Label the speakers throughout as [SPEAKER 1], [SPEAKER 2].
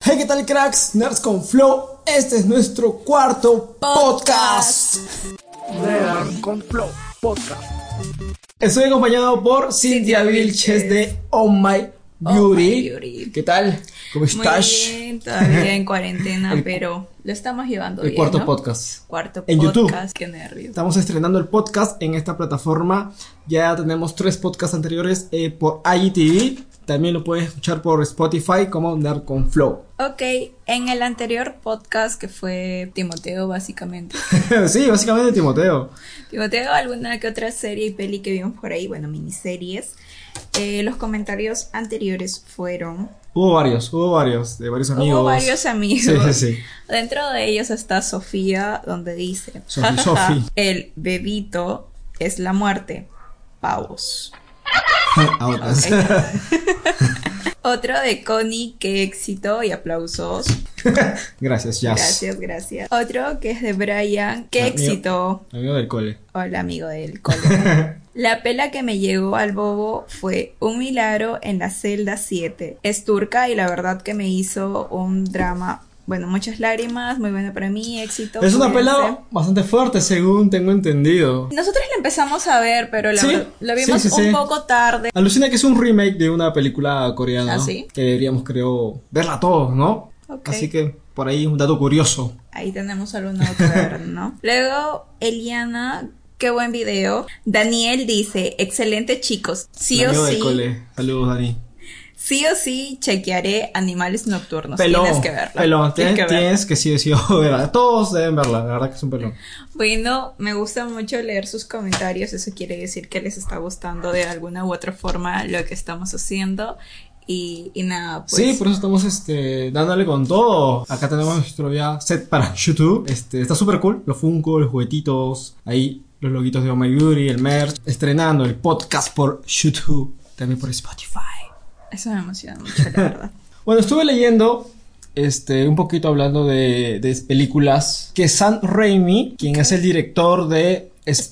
[SPEAKER 1] Hey, ¿qué tal, cracks? Nerds con Flow. Este es nuestro cuarto podcast.
[SPEAKER 2] Nerds con Flow Podcast.
[SPEAKER 1] Estoy acompañado por Cintia Vilches de Oh My
[SPEAKER 2] Oh My Beauty.
[SPEAKER 1] Beauty. ¿Qué tal? ¿Cómo estás?
[SPEAKER 2] Muy bien, todavía en cuarentena, pero lo estamos llevando
[SPEAKER 1] El
[SPEAKER 2] bien,
[SPEAKER 1] cuarto
[SPEAKER 2] ¿no?
[SPEAKER 1] podcast.
[SPEAKER 2] Cuarto
[SPEAKER 1] En YouTube.
[SPEAKER 2] podcast, qué nervios.
[SPEAKER 1] Estamos estrenando el podcast en esta plataforma. Ya tenemos tres podcasts anteriores eh, por IGTV. También lo puedes escuchar por Spotify como Nerd con Flow.
[SPEAKER 2] Ok, en el anterior podcast que fue Timoteo básicamente.
[SPEAKER 1] sí, básicamente Timoteo.
[SPEAKER 2] Timoteo, alguna que otra serie y peli que vimos por ahí, bueno, miniseries. Eh, los comentarios anteriores fueron...
[SPEAKER 1] Hubo varios, hubo varios, de varios amigos.
[SPEAKER 2] Hubo varios amigos.
[SPEAKER 1] Sí, sí, sí.
[SPEAKER 2] Dentro de ellos está Sofía, donde dice:
[SPEAKER 1] Sofi,
[SPEAKER 2] "Jajaja,
[SPEAKER 1] Sofi".
[SPEAKER 2] El bebito es la muerte. Pavos.
[SPEAKER 1] A otras.
[SPEAKER 2] Otro de Connie, que éxito y aplausos.
[SPEAKER 1] Gracias, Jazz.
[SPEAKER 2] Gracias, gracias. Otro que es de Brian, qué
[SPEAKER 1] Amigo.
[SPEAKER 2] éxito.
[SPEAKER 1] Amigo del cole.
[SPEAKER 2] Hola, amigo del colega. La pela que me llegó al bobo fue un milagro en la celda 7. Es turca y la verdad que me hizo un drama. Bueno, muchas lágrimas, muy bueno para mí, éxito.
[SPEAKER 1] Es una
[SPEAKER 2] cuídense.
[SPEAKER 1] pela bastante fuerte, según tengo entendido.
[SPEAKER 2] Nosotros la empezamos a ver, pero la
[SPEAKER 1] Sí,
[SPEAKER 2] verdad, la vimos
[SPEAKER 1] sí, sí,
[SPEAKER 2] un
[SPEAKER 1] sí.
[SPEAKER 2] poco tarde.
[SPEAKER 1] Alucina que es un remake de una película coreana
[SPEAKER 2] ¿Ah, sí?
[SPEAKER 1] que deberíamos, creo, verla todos, ¿no?
[SPEAKER 2] Ok.
[SPEAKER 1] Así que por ahí un dato curioso.
[SPEAKER 2] Ahí tenemos alguna otra, ver, ¿no? Luego, Eliana, qué buen video. Daniel dice, excelente chicos, sí
[SPEAKER 1] Amigo
[SPEAKER 2] o
[SPEAKER 1] del
[SPEAKER 2] sí,
[SPEAKER 1] cole. Saludos, Dani.
[SPEAKER 2] sí o sí chequearé Animales Nocturnos.
[SPEAKER 1] pelón.
[SPEAKER 2] Tienes que verlo.
[SPEAKER 1] Pelón,
[SPEAKER 2] Tienes
[SPEAKER 1] tienes,
[SPEAKER 2] que verlo.
[SPEAKER 1] tienes que sí, sí, o verla. Todos deben verla, la verdad que es un pelón.
[SPEAKER 2] Bueno, me gusta mucho leer sus comentarios, eso quiere decir que les está gustando de alguna u otra forma lo que estamos haciendo. Y, y nada, pues...
[SPEAKER 1] sí, por eso estamos este, dándole con todo. Acá tenemos nuestro ya set para YouTube. Este, está súper cool. Los Funko, los juguetitos, ahí los loguitos de Oh My Beauty, el merch. Estrenando el podcast por YouTube, también por Spotify.
[SPEAKER 2] Eso me emociona mucho, la verdad.
[SPEAKER 1] Bueno, estuve leyendo este, un poquito hablando de, de películas que Sam Raimi, quien es el director de Spider-Man,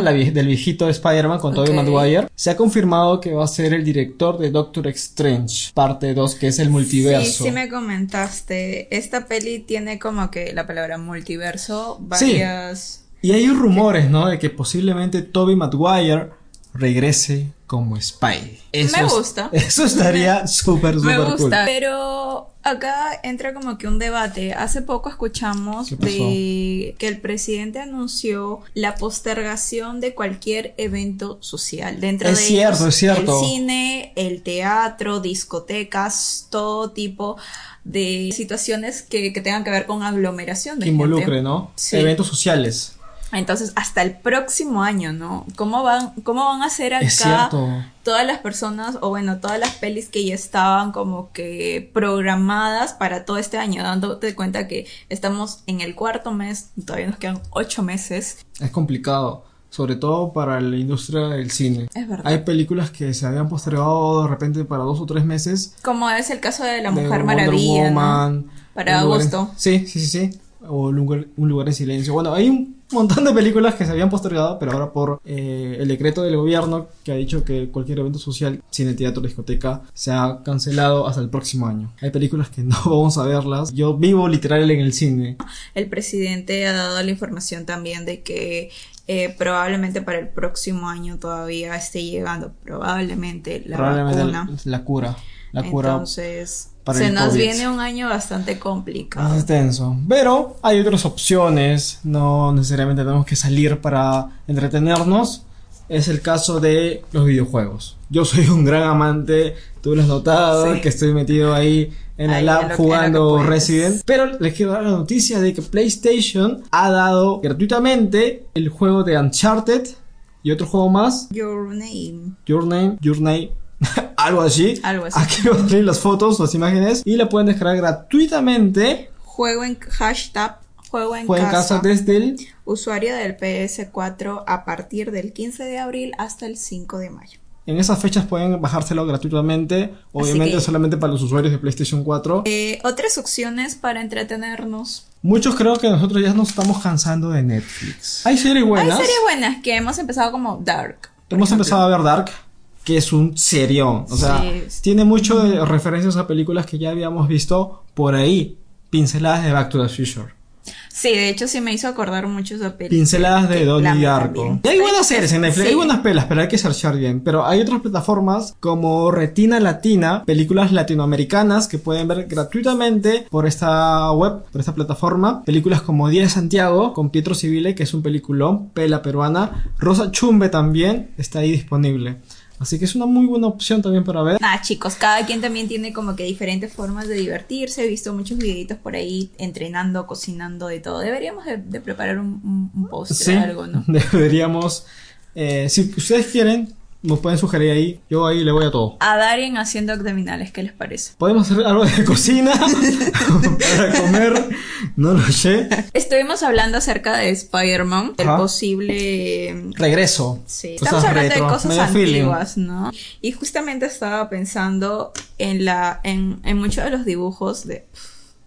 [SPEAKER 2] Spider-Man.
[SPEAKER 1] la vie- del viejito Spider-Man con Tobey
[SPEAKER 2] Ok.
[SPEAKER 1] Maguire, se ha confirmado que va a ser el director de Doctor Strange, parte 2, que es el multiverso.
[SPEAKER 2] Sí, sí me comentaste. Esta peli tiene como que la palabra multiverso,
[SPEAKER 1] Sí.
[SPEAKER 2] varias...
[SPEAKER 1] Y hay rumores, ¿no? De que posiblemente Tobey Maguire regrese como Spidey.
[SPEAKER 2] Me
[SPEAKER 1] es-
[SPEAKER 2] gusta.
[SPEAKER 1] Eso estaría súper,
[SPEAKER 2] Me
[SPEAKER 1] súper cool.
[SPEAKER 2] gusta, pero acá entra como que un debate. Hace poco escuchamos
[SPEAKER 1] ¿Qué pasó?
[SPEAKER 2] de que el presidente anunció la postergación de cualquier evento social. Dentro
[SPEAKER 1] Es
[SPEAKER 2] de
[SPEAKER 1] cierto,
[SPEAKER 2] ellos,
[SPEAKER 1] es cierto.
[SPEAKER 2] el cine, el teatro, discotecas, todo tipo de situaciones que, que tengan que ver con aglomeración de
[SPEAKER 1] Que
[SPEAKER 2] gente.
[SPEAKER 1] involucre, ¿no?
[SPEAKER 2] Sí.
[SPEAKER 1] Eventos sociales.
[SPEAKER 2] Entonces, hasta el próximo año, ¿no? ¿Cómo van, cómo van a ser
[SPEAKER 1] Es
[SPEAKER 2] acá
[SPEAKER 1] cierto.
[SPEAKER 2] todas las personas, o bueno, todas las pelis que ya estaban como que programadas para todo este año, dándote cuenta que estamos en el cuarto mes, todavía nos quedan ocho meses.
[SPEAKER 1] Es complicado, sobre todo para la industria del cine.
[SPEAKER 2] Es verdad.
[SPEAKER 1] Hay películas que se habían postergado de repente para dos o tres meses.
[SPEAKER 2] Como es el caso de La
[SPEAKER 1] De
[SPEAKER 2] Mujer
[SPEAKER 1] Wonder
[SPEAKER 2] Maravilla, ¿no?
[SPEAKER 1] Woman,
[SPEAKER 2] Para
[SPEAKER 1] Un lugar en-
[SPEAKER 2] agosto.
[SPEAKER 1] sí, sí, sí, sí. O un lugar, un lugar en silencio. Bueno, hay un montón de películas que se habían postergado, pero ahora por eh, el decreto del gobierno que ha dicho que cualquier evento social, cine, teatro, discoteca, se ha cancelado hasta el próximo año. Hay películas que no vamos a verlas. Yo vivo literal en el cine.
[SPEAKER 2] El presidente ha dado la información también de que eh, probablemente para el próximo año todavía esté llegando, probablemente, la
[SPEAKER 1] Probablemente
[SPEAKER 2] vacuna.
[SPEAKER 1] La, la cura. La cura
[SPEAKER 2] Entonces,
[SPEAKER 1] para
[SPEAKER 2] se
[SPEAKER 1] el
[SPEAKER 2] nos
[SPEAKER 1] COVID. Ah.
[SPEAKER 2] viene un año bastante complicado.
[SPEAKER 1] Más tenso. Pero hay otras opciones. No necesariamente tenemos que salir para entretenernos. Es el caso de los videojuegos. Yo soy un gran amante, tú lo has notado,
[SPEAKER 2] Sí.
[SPEAKER 1] que estoy metido ahí en la
[SPEAKER 2] Ahí, en
[SPEAKER 1] lab
[SPEAKER 2] lo que- en lo
[SPEAKER 1] jugando
[SPEAKER 2] que puedes.
[SPEAKER 1] Resident. Pero les quiero dar la noticia de que PlayStation ha dado gratuitamente el juego de Uncharted y otro juego más
[SPEAKER 2] Your name.
[SPEAKER 1] Your Name, Your Name, algo así.
[SPEAKER 2] Algo así.
[SPEAKER 1] Aquí van a salir las fotos, las imágenes y la pueden descargar gratuitamente.
[SPEAKER 2] Juego en hashtag. Juego en
[SPEAKER 1] Pueden en
[SPEAKER 2] casa.
[SPEAKER 1] casa desde el.
[SPEAKER 2] Usuario del PS4 a partir del 15 de abril hasta el 5 de mayo.
[SPEAKER 1] En esas fechas pueden bajárselo gratuitamente. Obviamente
[SPEAKER 2] que-
[SPEAKER 1] solamente para los usuarios de PlayStation 4.
[SPEAKER 2] Eh, otras opciones para entretenernos.
[SPEAKER 1] Muchos creo que nosotros ya nos estamos cansando de Netflix. Hay series
[SPEAKER 2] Hay
[SPEAKER 1] buenas.
[SPEAKER 2] series buenas que hemos empezado como Dark.
[SPEAKER 1] Hemos empezado a ver Dark, que es un serión. O sea,
[SPEAKER 2] Sí.
[SPEAKER 1] tiene mucho de referencias a películas que ya habíamos visto por ahí. Pinceladas de Back to the Future.
[SPEAKER 2] Sí, de hecho sí me hizo acordar mucho esa película.
[SPEAKER 1] Pinceladas de Donnie Darko. Y hay buenas series en Netflix,
[SPEAKER 2] Sí.
[SPEAKER 1] hay buenas pelas, pero hay que searchar bien. Pero hay otras plataformas como Retina Latina, películas latinoamericanas que pueden ver gratuitamente por esta web, por esta plataforma. Películas como Día de Santiago con Pietro Civile, que es un peliculón, pela peruana. Rosa Chumbe también está ahí disponible. Así que es una muy buena opción también para ver.
[SPEAKER 2] Nada, Ah, chicos, cada quien también tiene como que diferentes formas de divertirse. He visto muchos videitos por ahí entrenando, cocinando, de todo. Deberíamos de, de preparar un, un, un postre
[SPEAKER 1] Sí,
[SPEAKER 2] o algo, ¿no?
[SPEAKER 1] deberíamos... eh, si ustedes quieren, nos pueden sugerir ahí. Yo ahí le voy a todo.
[SPEAKER 2] A Darien haciendo abdominales, ¿qué les parece?
[SPEAKER 1] Podemos hacer algo de cocina para comer, no lo sé.
[SPEAKER 2] Estuvimos hablando acerca de Spider-Man, el
[SPEAKER 1] Ajá.
[SPEAKER 2] posible...
[SPEAKER 1] Regreso.
[SPEAKER 2] Sí,
[SPEAKER 1] Cosas
[SPEAKER 2] estamos hablando
[SPEAKER 1] retro,
[SPEAKER 2] de cosas
[SPEAKER 1] medio feeling.
[SPEAKER 2] antiguas, ¿no? Y justamente estaba pensando en la en, en muchos de los dibujos de,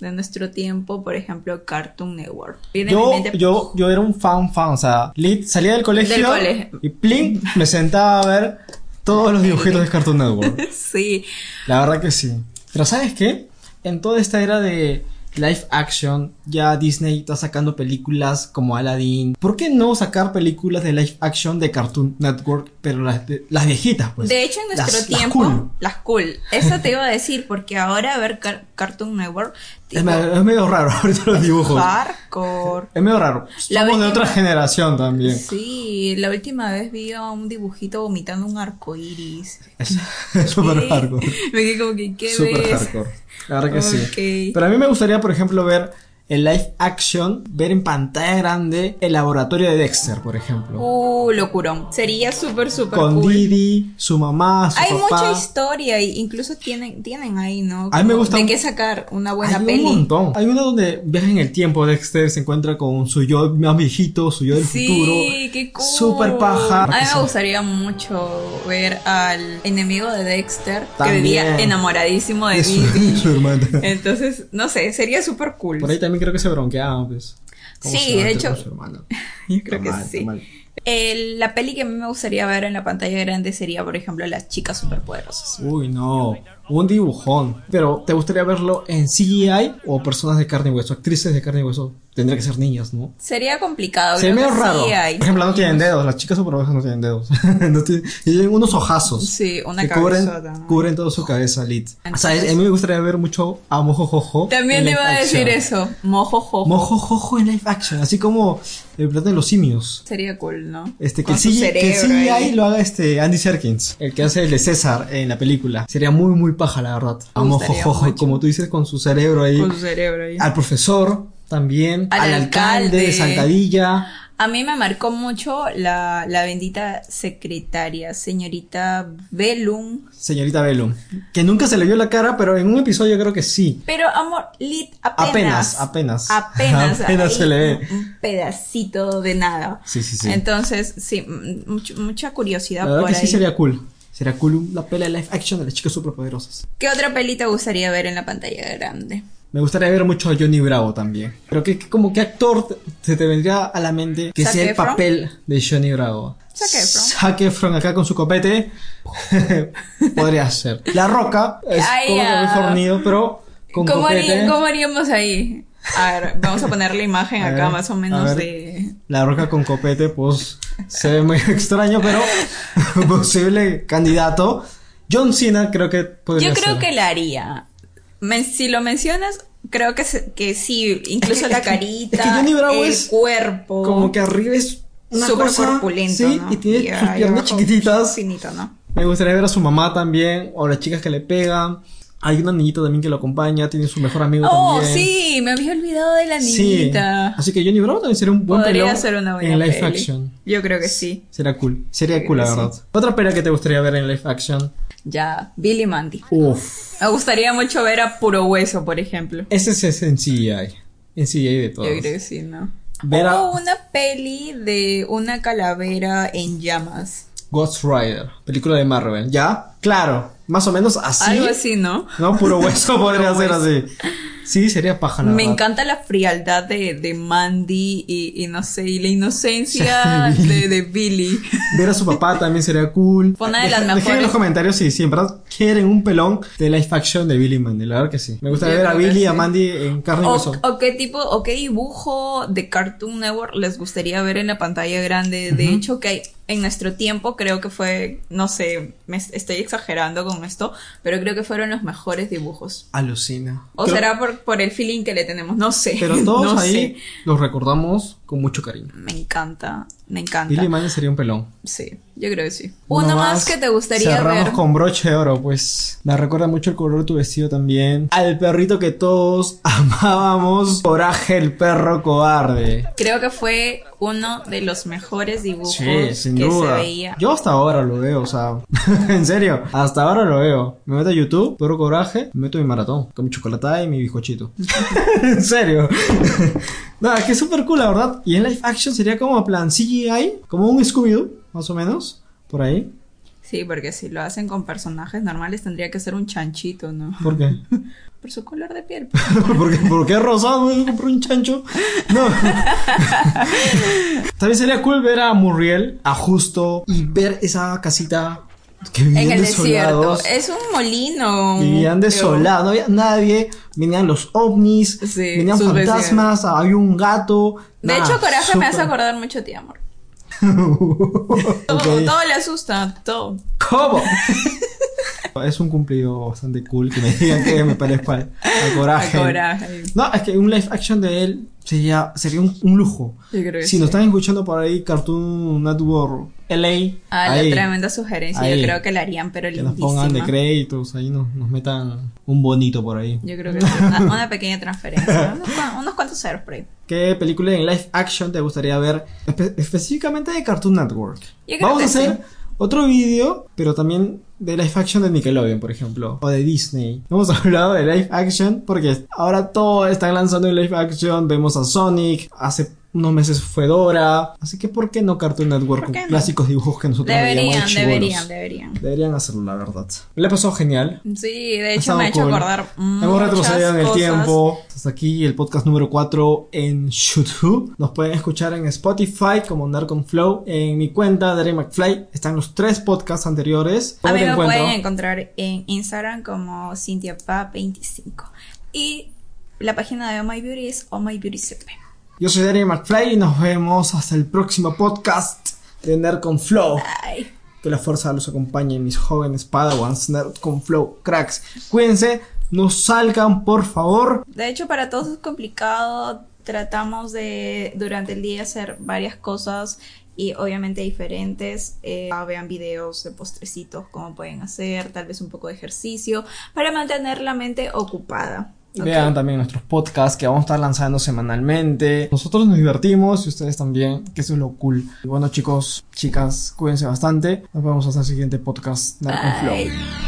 [SPEAKER 2] de nuestro tiempo, por ejemplo, Cartoon Network. Viene a mi
[SPEAKER 1] Yo,
[SPEAKER 2] mente-
[SPEAKER 1] yo, yo era un fan fan, o sea, lit- salía del colegio,
[SPEAKER 2] Del colegio.
[SPEAKER 1] y plin, me sentaba a ver todos los dibujitos de Cartoon Network.
[SPEAKER 2] Sí,
[SPEAKER 1] La verdad que sí. Pero ¿sabes qué? En toda esta era de live action, ya Disney está sacando películas como Aladdin. ¿Por qué no sacar películas de live action de Cartoon Network, pero las, de- las viejitas, pues?
[SPEAKER 2] de hecho en nuestro
[SPEAKER 1] las- las
[SPEAKER 2] tiempo, las
[SPEAKER 1] cool.
[SPEAKER 2] cool. Eso te iba a decir, porque ahora ver Car- Cartoon Network
[SPEAKER 1] es,
[SPEAKER 2] tipo,
[SPEAKER 1] me- es medio raro ahorita los dibujos.
[SPEAKER 2] hardcore.
[SPEAKER 1] Es medio raro.
[SPEAKER 2] Ah. La
[SPEAKER 1] Somos de
[SPEAKER 2] última-
[SPEAKER 1] otra generación también.
[SPEAKER 2] Sí, la última vez vi a un dibujito vomitando un arco iris.
[SPEAKER 1] Es es súper
[SPEAKER 2] ¿Qué?
[SPEAKER 1] hardcore.
[SPEAKER 2] Me quedé como que, ¿qué
[SPEAKER 1] Súper
[SPEAKER 2] ves?
[SPEAKER 1] hardcore. La verdad que sí.
[SPEAKER 2] Ok.
[SPEAKER 1] Pero a mí me gustaría, por ejemplo, ver el live action, ver en pantalla grande el laboratorio de Dexter, por ejemplo.
[SPEAKER 2] Uh, locurón. Sería súper, súper
[SPEAKER 1] Con
[SPEAKER 2] cool.
[SPEAKER 1] Didi, su mamá, su
[SPEAKER 2] Hay
[SPEAKER 1] papá.
[SPEAKER 2] mucha historia y incluso tienen, tienen ahí, ¿no?
[SPEAKER 1] A mí me
[SPEAKER 2] Como
[SPEAKER 1] gusta
[SPEAKER 2] De
[SPEAKER 1] un-
[SPEAKER 2] qué sacar una buena
[SPEAKER 1] Hay un
[SPEAKER 2] peli.
[SPEAKER 1] montón. Hay una donde viaja en el tiempo, Dexter se encuentra con su yo más viejito, su yo del
[SPEAKER 2] sí,
[SPEAKER 1] futuro.
[SPEAKER 2] qué cool.
[SPEAKER 1] Súper paja.
[SPEAKER 2] A mí
[SPEAKER 1] Sí.
[SPEAKER 2] me gustaría mucho ver al enemigo de Dexter
[SPEAKER 1] También.
[SPEAKER 2] que vivía enamoradísimo de
[SPEAKER 1] Y su-
[SPEAKER 2] Didi.
[SPEAKER 1] y su hermana.
[SPEAKER 2] Entonces, no sé, sería súper cool.
[SPEAKER 1] Por ahí también creo que se bronqueaban, pues. Cómo
[SPEAKER 2] Sí,
[SPEAKER 1] se va a
[SPEAKER 2] de
[SPEAKER 1] meter
[SPEAKER 2] hecho,
[SPEAKER 1] con su hermana.
[SPEAKER 2] Yo
[SPEAKER 1] Está
[SPEAKER 2] creo que
[SPEAKER 1] mal, está
[SPEAKER 2] sí.
[SPEAKER 1] mal.
[SPEAKER 2] El- la peli que a mí me gustaría ver en la pantalla grande sería, por ejemplo, Las chicas superpoderosas.
[SPEAKER 1] Uy, no. Un dibujón. Pero, ¿te gustaría verlo en CGI o personas de carne y hueso? Actrices de carne y hueso. Tendría que ser niñas, ¿no?
[SPEAKER 2] Sería complicado.
[SPEAKER 1] Se ve
[SPEAKER 2] creo que
[SPEAKER 1] medio raro.
[SPEAKER 2] sí hay.
[SPEAKER 1] Por ejemplo, no tienen dedos. Las chicas superovejas no tienen dedos. no tienen, y tienen unos ojazos.
[SPEAKER 2] Sí, una
[SPEAKER 1] que cubren,
[SPEAKER 2] cabezota, ¿no?
[SPEAKER 1] cubren toda su cabeza, Lit. O sea,
[SPEAKER 2] Entonces-
[SPEAKER 1] a mí me gustaría ver mucho a Mojo Jojo.
[SPEAKER 2] También
[SPEAKER 1] en
[SPEAKER 2] le
[SPEAKER 1] live
[SPEAKER 2] iba a decir
[SPEAKER 1] action.
[SPEAKER 2] eso. Mojo, jojo.
[SPEAKER 1] Mojo Jojo en live action. Así como el plato de los simios.
[SPEAKER 2] Sería cool, ¿no?
[SPEAKER 1] Este, que
[SPEAKER 2] Con
[SPEAKER 1] el,
[SPEAKER 2] su
[SPEAKER 1] CGI, que el
[SPEAKER 2] cerebro
[SPEAKER 1] CGI
[SPEAKER 2] ahí.
[SPEAKER 1] lo haga este Andy Serkins, el que hace el de César en la película. Sería muy, muy paja, la verdad.
[SPEAKER 2] Me
[SPEAKER 1] Vamos,
[SPEAKER 2] gustaría
[SPEAKER 1] jojojo,
[SPEAKER 2] mucho.
[SPEAKER 1] como tú dices, con su cerebro ahí.
[SPEAKER 2] Con su cerebro ahí.
[SPEAKER 1] Al profesor también.
[SPEAKER 2] Al
[SPEAKER 1] Al, alcalde de
[SPEAKER 2] alcalde.
[SPEAKER 1] Santavilla.
[SPEAKER 2] A mí me marcó mucho la, la bendita secretaria, señorita Belum.
[SPEAKER 1] Señorita Bellum. Que nunca se le vio la cara, pero en un episodio creo que sí.
[SPEAKER 2] Pero, amor, Lit apenas.
[SPEAKER 1] Apenas, apenas.
[SPEAKER 2] Apenas.
[SPEAKER 1] Apenas
[SPEAKER 2] ahí,
[SPEAKER 1] se le ve.
[SPEAKER 2] Un un pedacito de nada.
[SPEAKER 1] Sí, sí, sí.
[SPEAKER 2] Entonces, sí, mm, mucho- mucha curiosidad
[SPEAKER 1] La verdad
[SPEAKER 2] por
[SPEAKER 1] que
[SPEAKER 2] ahí.
[SPEAKER 1] sí sería cool. Sería cool la pela de live action de las chicas superpoderosas.
[SPEAKER 2] ¿Qué otra peli te gustaría ver en la pantalla grande?
[SPEAKER 1] Me gustaría ver mucho a Johnny Bravo también. Pero que, que como qué actor te- se te vendría a la mente que
[SPEAKER 2] Zac
[SPEAKER 1] sea el
[SPEAKER 2] Efron?
[SPEAKER 1] papel de Johnny Bravo.
[SPEAKER 2] Zac Efron.
[SPEAKER 1] Zac Efron acá con su copete. Podría ser. La Roca es
[SPEAKER 2] Ay,
[SPEAKER 1] como que muy
[SPEAKER 2] ah.
[SPEAKER 1] fornido, pero con
[SPEAKER 2] ¿Cómo, haría-
[SPEAKER 1] copete.
[SPEAKER 2] cómo haríamos ahí? A ver, vamos a poner la imagen
[SPEAKER 1] A
[SPEAKER 2] acá
[SPEAKER 1] ver,
[SPEAKER 2] más o
[SPEAKER 1] a
[SPEAKER 2] menos
[SPEAKER 1] ver.
[SPEAKER 2] de...
[SPEAKER 1] La Roca con copete, pues se ve muy extraño, pero posible candidato. John Cena creo que podría
[SPEAKER 2] Yo
[SPEAKER 1] ser.
[SPEAKER 2] creo que la haría. Men- si lo mencionas, creo que, se- que sí,
[SPEAKER 1] Es
[SPEAKER 2] incluso
[SPEAKER 1] que-
[SPEAKER 2] la
[SPEAKER 1] es que-
[SPEAKER 2] carita,
[SPEAKER 1] es que Johnny Bravo
[SPEAKER 2] el
[SPEAKER 1] es
[SPEAKER 2] cuerpo.
[SPEAKER 1] Como que arriba es una
[SPEAKER 2] súper
[SPEAKER 1] cosa,
[SPEAKER 2] corpulento,
[SPEAKER 1] sí,
[SPEAKER 2] ¿no?
[SPEAKER 1] y tiene
[SPEAKER 2] Y
[SPEAKER 1] sus
[SPEAKER 2] ahí
[SPEAKER 1] piernas
[SPEAKER 2] abajo,
[SPEAKER 1] chiquititas.
[SPEAKER 2] Finito, ¿no?
[SPEAKER 1] Me gustaría ver a su mamá también, o las chicas que le pegan. Hay una niñita también que lo acompaña, tiene su mejor amigo
[SPEAKER 2] Oh,
[SPEAKER 1] también.
[SPEAKER 2] sí, me había olvidado de la niñita.
[SPEAKER 1] Así que Johnny Bravo también sería un buen
[SPEAKER 2] Podría
[SPEAKER 1] pelón
[SPEAKER 2] ser una buena
[SPEAKER 1] en live
[SPEAKER 2] peli.
[SPEAKER 1] action.
[SPEAKER 2] Yo creo que sí.
[SPEAKER 1] Será cool, sería
[SPEAKER 2] Creo
[SPEAKER 1] cool la
[SPEAKER 2] que sí.
[SPEAKER 1] verdad. Otra pera que te gustaría ver en live action.
[SPEAKER 2] Ya, Billy Mandy.
[SPEAKER 1] Uf,
[SPEAKER 2] Me gustaría mucho ver a Puro Hueso, por ejemplo.
[SPEAKER 1] ese sí es en CGI. En CGI de todos. Ah.
[SPEAKER 2] Yo creo que Oh. sí, ¿no?
[SPEAKER 1] Ver a-
[SPEAKER 2] Hubo una peli de una calavera en llamas.
[SPEAKER 1] Ghost Rider, película de Marvel. ¿Ya? Claro, más o menos así.
[SPEAKER 2] Algo así, ¿no?
[SPEAKER 1] No, puro hueso podría ser así. Sí, sería paja, la
[SPEAKER 2] Me
[SPEAKER 1] verdad.
[SPEAKER 2] encanta la frialdad de, de Mandy y, y no sé, y la inocencia de, de Billy.
[SPEAKER 1] Ver a su papá también sería cool.
[SPEAKER 2] Fue una de las
[SPEAKER 1] Deja- dejen en
[SPEAKER 2] mejores.
[SPEAKER 1] los comentarios si, si en verdad quieren un pelón de live action de Billy Mandy. La verdad que sí. Me gustaría
[SPEAKER 2] Yo
[SPEAKER 1] ver a
[SPEAKER 2] creo que
[SPEAKER 1] Billy y a
[SPEAKER 2] sí.
[SPEAKER 1] Mandy en carne y
[SPEAKER 2] O,
[SPEAKER 1] hueso.
[SPEAKER 2] o qué tipo, o qué dibujo de Cartoon Network les gustaría ver en la pantalla grande. De hecho, que hay- en nuestro tiempo creo que fue, no sé, me es- estoy exagerando con esto, pero creo que fueron los mejores dibujos.
[SPEAKER 1] Alucina.
[SPEAKER 2] O
[SPEAKER 1] Pero-
[SPEAKER 2] será por, por el feeling que le tenemos, no sé.
[SPEAKER 1] Pero todos
[SPEAKER 2] no
[SPEAKER 1] ahí
[SPEAKER 2] sé.
[SPEAKER 1] los recordamos con mucho cariño.
[SPEAKER 2] Me encanta, me encanta.
[SPEAKER 1] Billy Mandy sería un pelón.
[SPEAKER 2] Sí, yo creo que sí. Uno, más, que te gustaría
[SPEAKER 1] cerramos
[SPEAKER 2] ver.
[SPEAKER 1] con broche de oro, pues. Me recuerda mucho el color de tu vestido también. Al perrito que todos amábamos. Coraje, el perro cobarde.
[SPEAKER 2] Creo que fue uno de los mejores dibujos
[SPEAKER 1] Sí, sin
[SPEAKER 2] que
[SPEAKER 1] duda.
[SPEAKER 2] se veía.
[SPEAKER 1] Yo hasta ahora lo veo, o sea, en serio, hasta ahora lo veo. Me meto a YouTube, perro coraje, me meto mi maratón con mi chocolatada y mi bizcochito. en serio. no, es que es súper cool, la verdad. Y en live action sería como plan CGI, como un Scooby-Doo, más o menos, por ahí.
[SPEAKER 2] Sí, porque si lo hacen con personajes normales tendría que ser un chanchito, ¿no?
[SPEAKER 1] ¿Por qué?
[SPEAKER 2] Por su color de piel.
[SPEAKER 1] porque ¿Por qué rosado? ¿Me voy a comprar un chancho? No. También sería cool ver a Muriel, a Justo, y ver esa casita que vivían
[SPEAKER 2] En el desierto.
[SPEAKER 1] desolados.
[SPEAKER 2] Es un molino.
[SPEAKER 1] Vivían
[SPEAKER 2] creo.
[SPEAKER 1] desolados, no había nadie. Venían los ovnis,
[SPEAKER 2] Sí,
[SPEAKER 1] venían
[SPEAKER 2] sus
[SPEAKER 1] fantasmas, había un gato.
[SPEAKER 2] De
[SPEAKER 1] Nada,
[SPEAKER 2] hecho, Coraje me hace
[SPEAKER 1] Ah, súper-
[SPEAKER 2] acordar mucho a ti, amor. Todo,
[SPEAKER 1] Ok.
[SPEAKER 2] todo le asusta, todo.
[SPEAKER 1] ¿Cómo? es un cumplido bastante cool que me digan que me parezco al, al coraje.
[SPEAKER 2] A Coraje.
[SPEAKER 1] No, es que un live action de él sería, sería un, un lujo.
[SPEAKER 2] Yo creo que
[SPEAKER 1] Si
[SPEAKER 2] sí.
[SPEAKER 1] nos están escuchando por ahí, Cartoon Network LA.
[SPEAKER 2] Ah,
[SPEAKER 1] ahí,
[SPEAKER 2] la tremenda sugerencia.
[SPEAKER 1] Ahí.
[SPEAKER 2] Yo creo que la harían, pero
[SPEAKER 1] que nos pongan de
[SPEAKER 2] lindísima.
[SPEAKER 1] créditos, ahí nos, nos metan un bonito por ahí.
[SPEAKER 2] Yo creo que sí. Una, una pequeña transferencia. Unos, cua- unos cuantos ceros por ahí.
[SPEAKER 1] ¿Qué película en live action te gustaría ver espe- específicamente de Cartoon Network?
[SPEAKER 2] creo
[SPEAKER 1] Vamos
[SPEAKER 2] que
[SPEAKER 1] a hacer
[SPEAKER 2] sí.
[SPEAKER 1] otro vídeo, pero también de live action de Nickelodeon, por ejemplo, o de Disney. Hemos hablado de live action porque ahora todo está lanzando en live action. Vemos a Sonic, hace unos meses fue Dora. Así que, ¿por qué no Cartoon Network
[SPEAKER 2] ¿Por
[SPEAKER 1] con
[SPEAKER 2] qué no?
[SPEAKER 1] clásicos dibujos que nosotros veíamos
[SPEAKER 2] Deberían,
[SPEAKER 1] de
[SPEAKER 2] deberían,
[SPEAKER 1] chibolos?
[SPEAKER 2] deberían.
[SPEAKER 1] Deberían hacerlo, la verdad. Me la pasó genial.
[SPEAKER 2] Sí, de
[SPEAKER 1] Ha
[SPEAKER 2] hecho
[SPEAKER 1] estado
[SPEAKER 2] me ha hecho
[SPEAKER 1] cool.
[SPEAKER 2] acordar.
[SPEAKER 1] Hemos retrocedido en el
[SPEAKER 2] muchas cosas.
[SPEAKER 1] tiempo. Hasta aquí el podcast número 4 en YouTube. Nos pueden escuchar en Spotify como Narcon Flow. En mi cuenta, Darren McFly, están los tres podcasts anteriores.
[SPEAKER 2] A
[SPEAKER 1] ¿Dónde
[SPEAKER 2] mí
[SPEAKER 1] te
[SPEAKER 2] me
[SPEAKER 1] encuentro?
[SPEAKER 2] pueden encontrar en Instagram como CynthioPa25. Y la página de Oh My Beauty es Oh My Beauty CP.
[SPEAKER 1] Yo soy Darren McFly y nos vemos hasta el próximo podcast de Narcon Flow.
[SPEAKER 2] Bye.
[SPEAKER 1] Que la fuerza los acompañe, mis jóvenes padawans, Narcon Flow cracks. Cuídense, no salgan, por favor.
[SPEAKER 2] De hecho, para todos es complicado. Tratamos de durante el día hacer varias cosas y obviamente diferentes. Eh, vean videos de postrecitos, cómo pueden hacer, tal vez un poco de ejercicio para mantener la mente ocupada. ¿ok?
[SPEAKER 1] Vean también nuestros podcasts que vamos a estar lanzando semanalmente. Nosotros nos divertimos y ustedes también, que eso es lo cool. Y bueno, chicos, chicas, cuídense bastante. Nos vemos hasta el siguiente podcast. Narco Flow.
[SPEAKER 2] Bye.